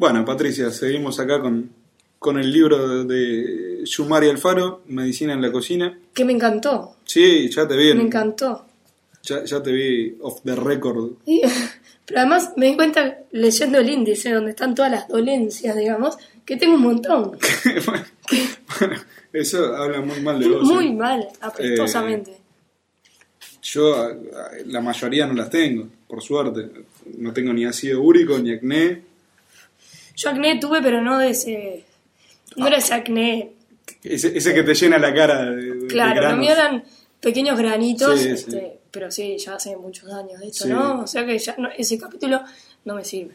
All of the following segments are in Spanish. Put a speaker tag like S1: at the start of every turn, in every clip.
S1: Bueno, Patricia, seguimos acá con, con el libro de Yumari Alfaro, Medicina en la Cocina.
S2: Que me encantó.
S1: Sí, ya te vi. en-
S2: Me encantó.
S1: Ya, ya te vi off the record.
S2: Y- pero además me di cuenta leyendo el índice donde están todas las dolencias, digamos, que tengo un montón.
S1: Bueno, Eso habla muy mal de vos. ¿eh?
S2: Muy mal, apestosamente.
S1: Yo a- a- la mayoría no las tengo, por suerte. No tengo ni ácido úrico, ni acné.
S2: Yo acné tuve, pero no de ese. No era ese acné.
S1: Ese, ese que te llena la cara de, de
S2: Claro, lo
S1: granos.
S2: mío eran pequeños granitos,
S1: Sí,
S2: este,
S1: sí.
S2: pero sí, ya hace muchos años de esto,
S1: Sí.
S2: ¿no? O sea que ya no- ese capítulo no me sirve.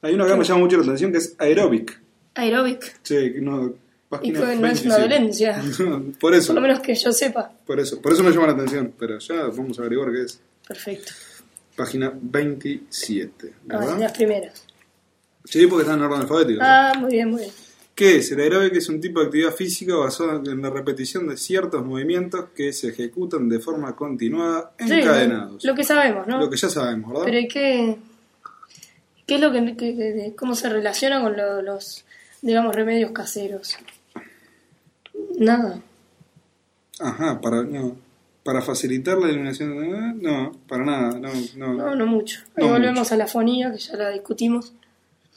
S1: Hay uno que me llama mucho la atención que es aeróbic.
S2: Aeróbic.
S1: Sí, no,
S2: Y
S1: página
S2: que no es una
S1: 27.
S2: dolencia,
S1: No, por eso,
S2: por lo menos que yo sepa.
S1: por eso, por eso me llama la atención, pero ya vamos a averiguar qué es.
S2: Perfecto.
S1: Página 27,
S2: Ah,
S1: ¿verdad?
S2: las primeras.
S1: sí, porque está en orden alfabético. ¿no?
S2: Ah, muy bien, muy bien.
S1: ¿Qué es? El aeróbic es un tipo de actividad física basada en la repetición de ciertos movimientos que se ejecutan de forma continuada,
S2: Sí,
S1: encadenados.
S2: Lo que sabemos, ¿no?
S1: Lo que ya sabemos, ¿verdad?
S2: Pero ¿y qué, qué es lo que, que- que- cómo se relaciona con lo- los, digamos, remedios caseros? Nada.
S1: Ajá, para, no, para facilitar la eliminación. eh, No, para nada. No, no.
S2: No, no mucho. Ahí
S1: No
S2: volvemos a la fonía, que ya la discutimos.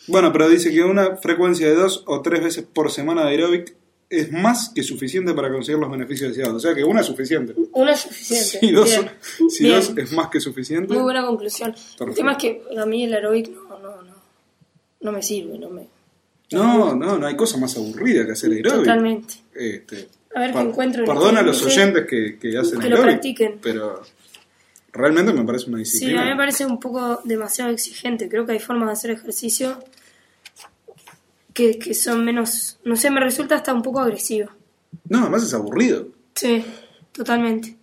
S1: Bueno, pero dice que una frecuencia de dos o tres veces por semana de aeróbic es más que suficiente para conseguir los beneficios deseados. O sea que una es suficiente.
S2: Una es suficiente.
S1: Si dos,
S2: Bien.
S1: si
S2: Bien.
S1: dos es más que suficiente.
S2: Muy buena conclusión. El
S1: Perfecto.
S2: tema es que a mí el aeróbic no, no, no, no me sirve, no me...
S1: No, no, no hay cosa más aburrida que hacer aeróbic.
S2: Totalmente.
S1: Este,
S2: A ver qué
S1: par-
S2: encuentro en
S1: Perdona a
S2: el-
S1: los
S2: sí.
S1: oyentes que, que hacen
S2: Que lo
S1: aeróbic,
S2: practiquen.
S1: Pero realmente me parece una
S2: Sí, a
S1: disciplina.
S2: mí me parece un poco demasiado exigente. Creo que hay formas de hacer ejercicio que, que son menos... No sé, me resulta hasta un poco agresivo.
S1: No, además es aburrido.
S2: Sí, totalmente.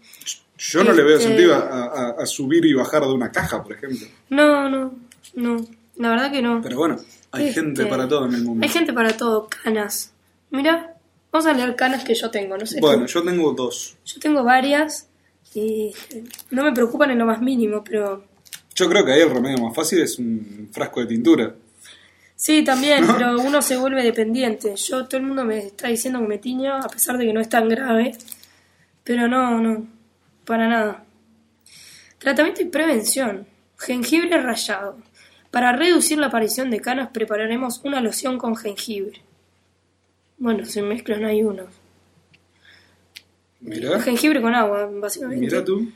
S1: Yo no le veo
S2: Este-
S1: sentido a, a- a subir y bajar de una caja, por ejemplo.
S2: No, no, no. La verdad que no.
S1: Pero bueno, hay
S2: Este,
S1: gente para todo en el mundo.
S2: Hay gente para todo. Canas. Mira, vamos a leer canas que yo tengo. No sé tú.
S1: Bueno, yo tengo dos.
S2: Yo tengo varias y no me preocupan en lo más mínimo, pero...
S1: Yo creo que ahí el remedio más fácil es un frasco de tintura.
S2: Sí, también, pero uno se vuelve dependiente. Yo, todo el mundo me está diciendo que me tiño, a pesar de que no es tan grave. Pero no, no, para nada. Tratamiento y prevención. Jengibre rallado. Para reducir la aparición de canas prepararemos una loción con jengibre. Bueno, se mezclan ahí uno.
S1: Mirá,
S2: Jengibre con agua, básicamente.
S1: ¿Eh? mirá tú.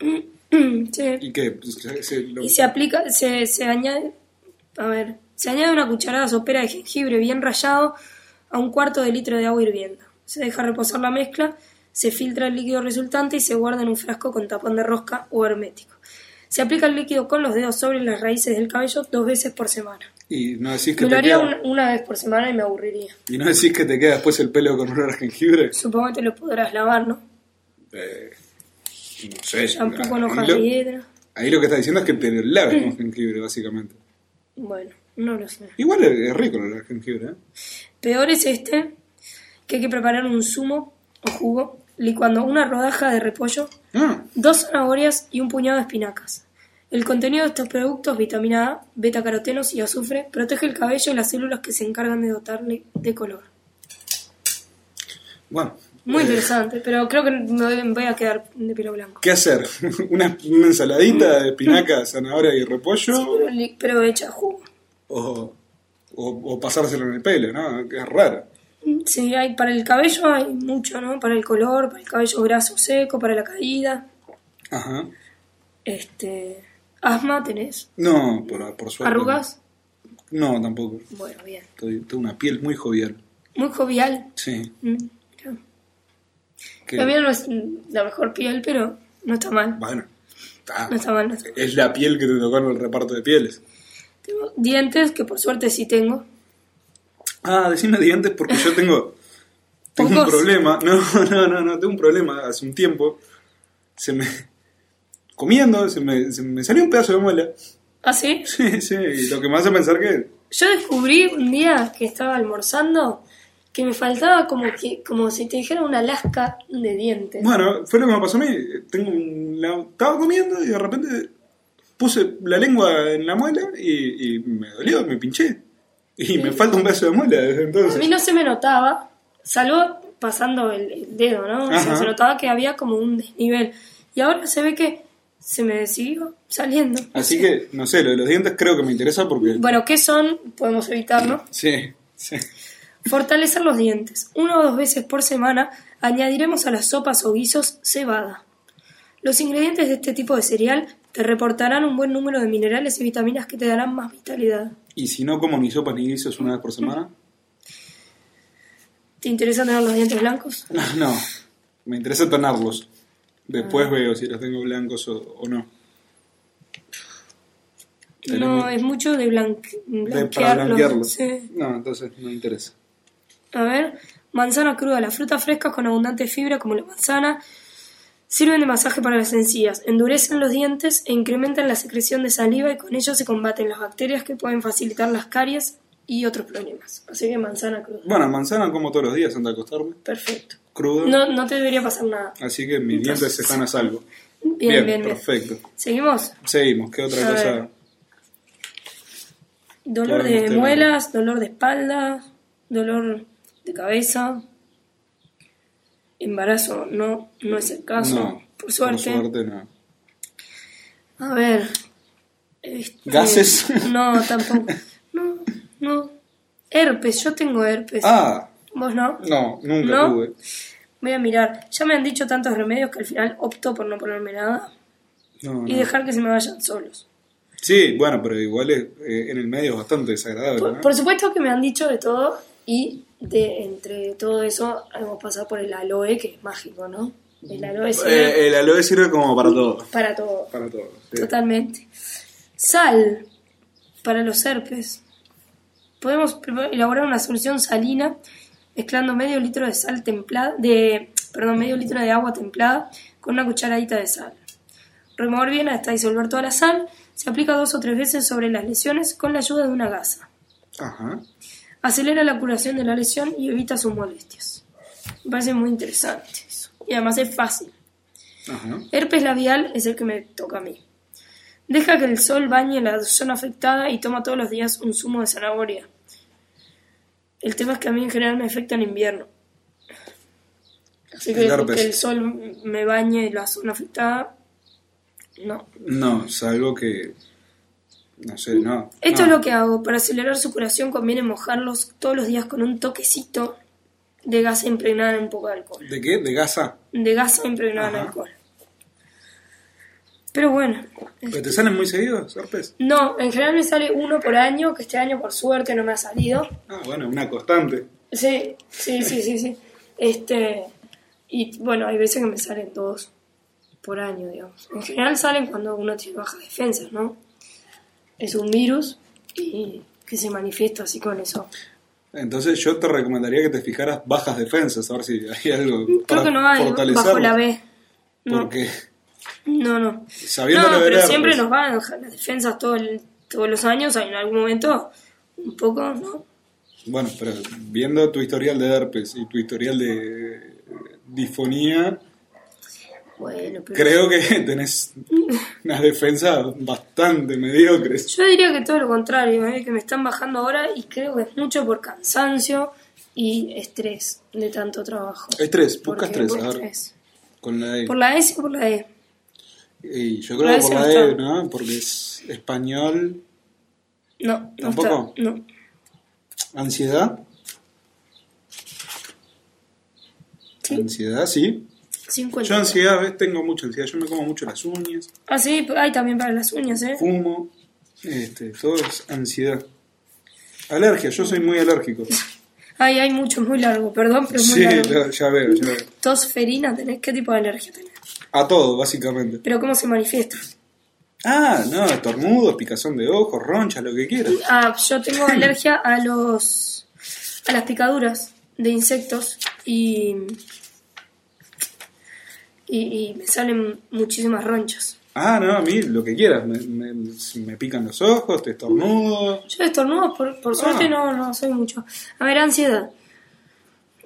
S2: Sí.
S1: ¿Y qué? Pues, se- se lo-
S2: Y se aplica, se, se añade, a ver, se añade una cucharada sopera de jengibre bien rallado a un cuarto de litro de agua hirviendo. Se deja reposar la mezcla, se filtra el líquido resultante y se guarda en un frasco con tapón de rosca o hermético. Se aplica el líquido con los dedos sobre las raíces del cabello dos veces por semana.
S1: Y no decís que
S2: Me lo
S1: te
S2: haría
S1: queda...
S2: un- una vez por semana y me aburriría.
S1: ¿Y no decís que te queda después el pelo con olor a jengibre?
S2: Supongo que te lo podrás lavar, ¿no?
S1: Eh, no sé.
S2: Shampoo
S1: ahí
S2: con hojas
S1: lo-
S2: de hiedra.
S1: Ahí lo que está diciendo es que te lo laves con jengibre, básicamente.
S2: Bueno, no lo sé.
S1: Igual es rico el olor a jengibre, ¿eh?
S2: Peor es este, que hay que preparar un zumo o jugo licuando una rodaja de repollo,
S1: Ah,
S2: dos zanahorias y un puñado de espinacas. El contenido de estos productos, vitamina A, beta carotenos y azufre, protege el cabello y las células que se encargan de dotarle de color.
S1: bueno.
S2: Muy
S1: Eh,
S2: interesante, pero creo que me voy a quedar de pelo blanco.
S1: ¿Qué hacer? ¿Una, una ensaladita de espinaca, zanahoria y repollo?
S2: Pero li- Pero hecha jugo.
S1: O, o, o pasárselo en el pelo, ¿no? Que es raro.
S2: Sí, hay, para el cabello hay mucho, ¿no? Para el color, para el cabello graso seco, para la caída.
S1: Ajá.
S2: Este, ¿Asma tenés?
S1: No, por, por suerte.
S2: ¿Arrugas?
S1: No, tampoco.
S2: Bueno, bien.
S1: Estoy- tengo una piel muy jovial.
S2: Muy jovial.
S1: Sí.
S2: Mm, claro.
S1: que-
S2: La mía no es mm, la mejor piel, pero no está mal.
S1: bueno, está.
S2: No está mal. no está mal.
S1: Es la piel que te tocó en el reparto de pieles.
S2: Tengo dientes, que por suerte sí tengo.
S1: Ah, decime dientes porque yo tengo, tengo un
S2: Pocos.
S1: problema. No, no, no, no, tengo un problema. Hace un tiempo se me. Comiendo, se me, se me salió un pedazo de muela.
S2: ¿Ah, sí?
S1: Sí, sí, y lo que me hace pensar que.
S2: Yo descubrí un día que estaba almorzando que me faltaba como que como si te dijera una lasca de dientes.
S1: Bueno, fue lo que me pasó a mí. Tengo un- la- estaba comiendo y de repente puse la lengua en la muela y, y me dolió, me pinché. Y me falta un pedazo de muela desde
S2: A
S1: entonces.
S2: mí no se me notaba, salvo pasando el, el dedo, ¿no? O sea,
S1: Ajá.
S2: se notaba que había como un desnivel. Y ahora se ve que se me siguió saliendo.
S1: Así que, no sé, lo de los dientes creo que me interesa porque.
S2: Bueno, ¿qué son? Podemos evitarlo.
S1: Sí, sí.
S2: Fortalecer los dientes. Una o dos veces por semana añadiremos a las sopas o guisos cebada. Los ingredientes de este tipo de cereal te reportarán un buen número de minerales y vitaminas que te darán más vitalidad.
S1: Y si no como ni sopas ni guisos una vez por semana,
S2: ¿Te interesa tener los dientes blancos?
S1: no, no. Me interesa tonarlos. Después veo si los tengo blancos o, o no.
S2: Ah. No,
S1: Tenemos-
S2: es mucho de, blanque-
S1: De- para
S2: blanquearlos.
S1: blanquearlos.
S2: Sí.
S1: No, entonces no me interesa.
S2: A ver, manzana cruda. Las frutas frescas con abundante fibra, como la manzana, sirven de masaje para las encías, endurecen los dientes e incrementan la secreción de saliva y con ello se combaten las bacterias que pueden facilitar las caries y otros problemas. Así que manzana cruda.
S1: Bueno, manzana como todos los días antes de acostarme.
S2: Perfecto.
S1: Crudo.
S2: No, no te debería pasar nada.
S1: Así que mis
S2: Entonces-
S1: dientes están a salvo.
S2: Bien, bien, bien.
S1: perfecto.
S2: Seguimos.
S1: Seguimos, ¿qué otra
S2: A
S1: cosa?
S2: ver. Dolor
S1: Podemos
S2: de
S1: tener.
S2: muelas, dolor de espalda, dolor de cabeza. Embarazo no, no es el caso.
S1: no,
S2: por suerte.
S1: Por suerte no.
S2: A ver. este,
S1: ¿Gases?
S2: No, tampoco. No, no. Herpes, yo tengo herpes.
S1: Ah,
S2: ¿Vos no?
S1: no, nunca
S2: ¿No?
S1: tuve.
S2: Voy a mirar. Ya me han dicho tantos remedios que al final opto por no ponerme nada
S1: No,
S2: y
S1: no.
S2: dejar que se me vayan solos.
S1: Sí, bueno, pero igual es, eh, en el medio es bastante desagradable,
S2: Por,
S1: ¿no?
S2: por supuesto que me han dicho de todo y de entre todo eso hemos pasado por el aloe, que es mágico, ¿no? El aloe sirve
S1: Eh, el aloe sirve como para todo.
S2: para todo.
S1: Para todo. sí.
S2: Totalmente. Sal para los herpes. Podemos pre- elaborar una solución salina mezclando medio litro de sal templada, de, perdón, medio litro de agua templada con una cucharadita de sal. Remover bien hasta disolver toda la sal. Se aplica dos o tres veces sobre las lesiones con la ayuda de una gasa.
S1: Ajá.
S2: Acelera la curación de la lesión y evita sus molestias. Me parece muy interesante eso. Y además es fácil.
S1: Ajá.
S2: Herpes labial es el que me toca a mí. Deja que el sol bañe la zona afectada y toma todos los días un zumo de zanahoria. El tema es que a mí en general me afecta en invierno. Así que
S1: El
S2: dejo
S1: herpes.
S2: que el sol me bañe la zona afectada. No.
S1: No, salvo que. No sé, no. Ah.
S2: Esto
S1: no.
S2: es lo que hago. Para acelerar su curación conviene mojarlos todos los días con un toquecito de gasa impregnada en un poco de alcohol.
S1: ¿De qué? ¿De gasa?
S2: De gasa impregnada en
S1: Ajá.
S2: alcohol. Pero bueno.
S1: ¿Pero te salen muy seguidos, herpes?
S2: No, en general me sale uno por año, que este año por suerte no me ha salido.
S1: Ah, bueno, una constante.
S2: Sí, sí, sí, sí, sí. Este, y bueno, hay veces que me salen dos por año, digamos. En general salen cuando uno tiene bajas defensas, ¿no? Es un virus y que se manifiesta así con eso.
S1: Entonces yo te recomendaría que te fijaras bajas defensas, a ver si hay algo
S2: Creo que no hay bajo la B. No,
S1: Porque
S2: no, no.
S1: sabiendo lo
S2: no,
S1: pues. del
S2: pero
S1: herpes,
S2: siempre nos van las defensas todo el- todos los años, en algún momento, un poco, ¿no?
S1: Bueno, pero viendo tu historial de herpes y tu historial de eh, difonía,
S2: Bueno, pero...
S1: creo que tenés unas defensas bastante mediocres.
S2: Yo diría que todo lo contrario, ¿eh? que me están bajando ahora y creo que es mucho por cansancio y estrés de tanto trabajo.
S1: Estrés, busca
S2: Porque
S1: estrés,
S2: por
S1: a ver,
S2: estrés.
S1: con la E.
S2: ¿Por la S o por la E?
S1: Y yo
S2: la
S1: creo
S2: E
S1: que por
S2: se
S1: la
S2: me
S1: E,
S2: está.
S1: ¿no? Porque es español,
S2: No, no
S1: ¿Tampoco?
S2: está. No.
S1: ansiedad.
S2: Sí,
S1: Ansiedad, sí.
S2: 50.
S1: Yo ansiedad, ¿ves? Tengo mucha ansiedad. Yo me como mucho las uñas,
S2: Ah, sí, hay también para las uñas, ¿eh?
S1: fumo, este, todo es ansiedad. Alergia, yo soy muy alérgico.
S2: Ay, hay mucho, muy largo, perdón, pero es muy
S1: Sí,
S2: largo.
S1: ya, ya veo, ya veo.
S2: Tosferina tenés, ¿qué tipo de alergia tenés?
S1: A todo, básicamente.
S2: Pero ¿cómo se manifiesta?
S1: Ah, no, estornudos, picazón de ojos, ronchas, lo que quieras.
S2: Ah, yo tengo alergia a los a las picaduras de insectos y y, y me salen muchísimas ronchas.
S1: Ah, no, a mí lo que quieras. Me, me- si me pican los ojos, te estornudo.
S2: Yo de estornudos por, por suerte
S1: Ah.
S2: no no soy mucho. A ver, ansiedad.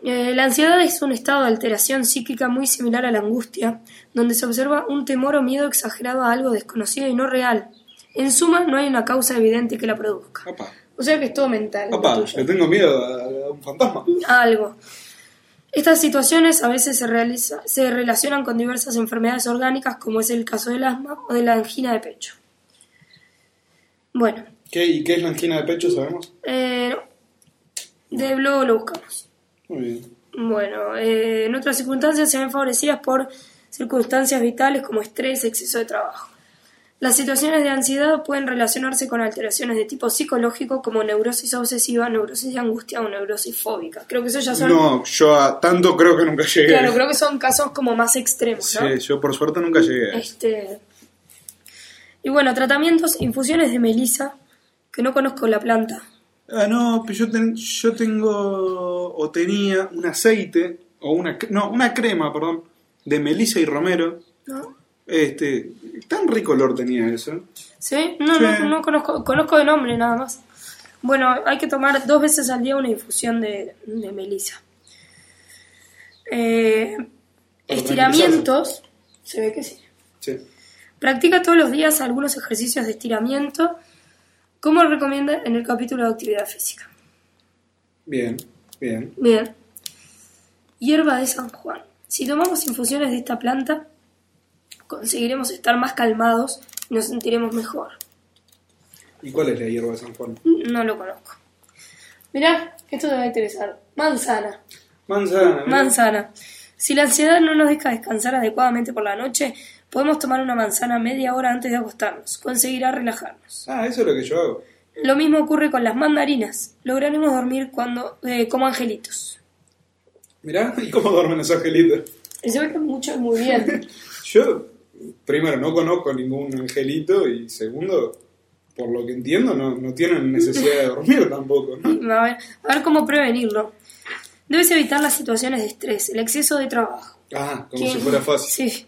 S2: Eh, la ansiedad es un estado de alteración psíquica muy similar a la angustia, donde se observa un temor o miedo exagerado a algo desconocido y no real. En suma, no hay una causa evidente que la produzca.
S1: Apa.
S2: O sea que es todo mental. lo
S1: Papá,
S2: tuyo.
S1: le tengo miedo a, a un fantasma.
S2: algo. Estas situaciones a veces se, realiza- se relacionan con diversas enfermedades orgánicas, como es el caso del asma o de la angina de pecho. Bueno,
S1: ¿Qué, ¿Y qué es la angina de pecho, sabemos?
S2: eh, no. de blog lo buscamos.
S1: Muy bien.
S2: Bueno, eh, en otras circunstancias se ven favorecidas por circunstancias vitales como estrés, exceso de trabajo. Las situaciones de ansiedad pueden relacionarse con alteraciones de tipo psicológico como neurosis obsesiva, neurosis de angustia o neurosis fóbica. Creo que eso ya son
S1: No, yo a tanto creo que nunca llegué.
S2: Claro, creo que son casos como más extremos, ¿no?
S1: Sí, yo por suerte nunca llegué. a eso.
S2: Este, y bueno, tratamientos, infusiones de melisa, que no conozco la planta.
S1: Ah, no, pues yo, ten- yo tengo o tenía un aceite, o una, cre- no, una crema, perdón, de melisa y romero.
S2: ¿no?
S1: Este, tan rico olor tenía eso.
S2: ¿Sí? No,
S1: Sí.
S2: no, no conozco, conozco de nombre nada más. Bueno, hay que tomar dos veces al día una infusión de, de melisa. Eh, estiramientos, se ve que sí.
S1: Sí.
S2: Practica todos los días algunos ejercicios de estiramiento, como recomienda en el capítulo de actividad física.
S1: Bien, bien.
S2: Bien. Hierba de San Juan. Si tomamos infusiones de esta planta, conseguiremos estar más calmados y nos sentiremos mejor.
S1: ¿Y cuál es la hierba de San Juan?
S2: No lo conozco. Mirá, esto te va a interesar. Manzana.
S1: Manzana. mirá.
S2: Manzana. Si la ansiedad no nos deja descansar adecuadamente por la noche, podemos tomar una manzana media hora antes de acostarnos. Conseguirá relajarnos.
S1: Ah, eso es lo que yo hago.
S2: Lo mismo ocurre con las mandarinas. Lograremos dormir cuando eh, como angelitos.
S1: Mirá, ¿y cómo duermen los angelitos?
S2: Y se ve que mucho es muy bien.
S1: Yo, primero, no conozco ningún angelito y segundo, por lo que entiendo, no, no tienen necesidad de dormir tampoco, ¿no?
S2: A ver, a ver cómo prevenirlo. Debes evitar las situaciones de estrés, el exceso de trabajo.
S1: Ah, como
S2: Que-
S1: si fuera fácil.
S2: Sí.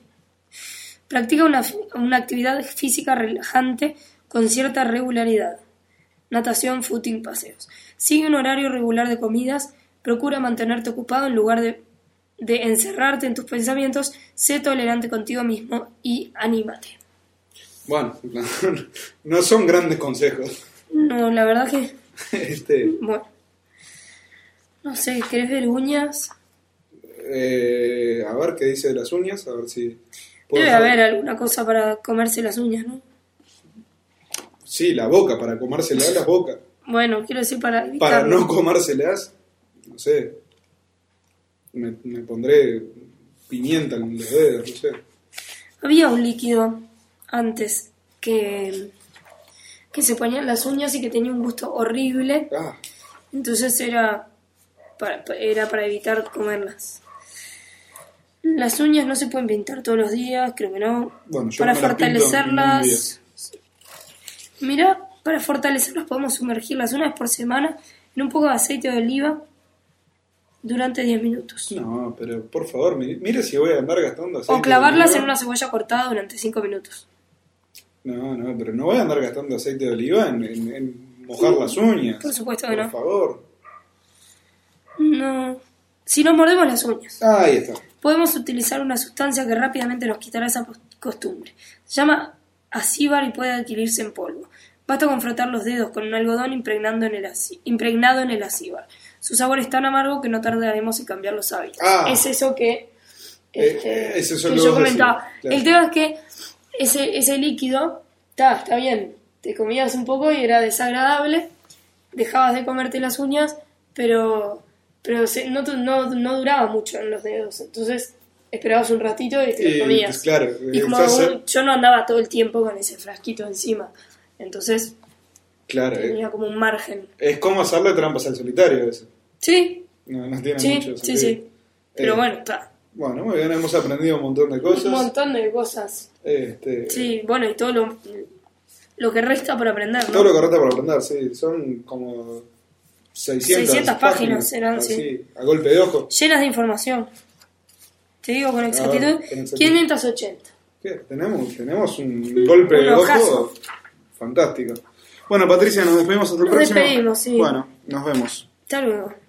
S2: Practica una, fi- una actividad física relajante con cierta regularidad. Natación, footing, paseos. Sigue un horario regular de comidas. Procura mantenerte ocupado en lugar de, de encerrarte en tus pensamientos. Sé tolerante contigo mismo y anímate.
S1: Bueno, no son grandes consejos.
S2: No, la verdad que...
S1: Este,
S2: Bueno. No sé, ¿querés ver uñas?
S1: eh, a ver qué dice de las uñas, a ver si... puedo
S2: Debe
S1: saber.
S2: haber alguna cosa para comerse las uñas, ¿no?
S1: Sí, la boca, para comársela la boca.
S2: Bueno, quiero decir para evitar.
S1: Para no comárselas, no sé, me, me pondré pimienta en los dedos, no sé.
S2: Había un líquido antes que, que se ponían las uñas y que tenía un gusto horrible.
S1: Ah,
S2: Entonces era para, era para evitar comerlas. Las uñas no se pueden pintar todos los días, creo que no.
S1: Bueno, yo
S2: para
S1: no me las pinto
S2: fortalecerlas. Mira, para fortalecerlas podemos sumergirlas una vez por semana en un poco de aceite de oliva durante 10 minutos.
S1: no, pero por favor, mi- mire si voy a andar gastando aceite.
S2: O clavarlas
S1: de
S2: en
S1: oliva.
S2: una cebolla cortada durante 5 minutos.
S1: No, no, pero no voy a andar gastando aceite de oliva en, en- en mojar las uñas.
S2: Por supuesto que
S1: Por
S2: no.
S1: favor.
S2: No. Si nos mordemos las uñas,
S1: Ahí está.
S2: podemos utilizar una sustancia que rápidamente nos quitará esa pos- costumbre. Se llama acíbar y puede adquirirse en polvo. Basta con frotar los dedos con un algodón impregnando en el aci- impregnado en el acíbar. Su sabor es tan amargo que no tardaremos en cambiar los hábitos.
S1: Ah.
S2: Es eso que,
S1: Eh,
S2: este,
S1: eh, es eso
S2: que
S1: que
S2: yo
S1: vos decís,
S2: comentaba.
S1: claro.
S2: El tema es que ese, ese líquido, está, está bien, te comías un poco y era desagradable, dejabas de comerte las uñas, pero, pero se- no, tu- no, no duraba mucho en los dedos. Entonces esperabas un ratito y te
S1: Y,
S2: lo comías.
S1: pues, claro,
S2: Y como
S1: estás-
S2: un- yo no andaba todo el tiempo con ese frasquito encima. Entonces
S1: Claro, eh,
S2: tenía como un margen.
S1: es como hacerle trampas al solitario eso.
S2: Sí,
S1: No, no tiene
S2: sí,
S1: mucho
S2: sí,
S1: sentido.
S2: sí. Pero
S1: Eh,
S2: bueno, está.
S1: Bueno, muy bien, hemos aprendido un montón de cosas.
S2: Un montón de cosas.
S1: Este,
S2: Sí, bueno, y todo lo, lo que resta por aprender, ¿no?
S1: Todo lo que resta por aprender, sí. Son como 600,
S2: 600 páginas, eran,
S1: así,
S2: sí.
S1: A golpe de ojo.
S2: Llenas de información. Te digo con exactitud,
S1: con exactitud.
S2: 580.
S1: ¿Qué? Tenemos, tenemos un golpe
S2: Un
S1: de ojo
S2: ojazo.
S1: fantástico. Bueno, Patricia, nos despedimos hasta el
S2: Nos
S1: próximo.
S2: despedimos, sí.
S1: Bueno, nos vemos.
S2: Hasta luego.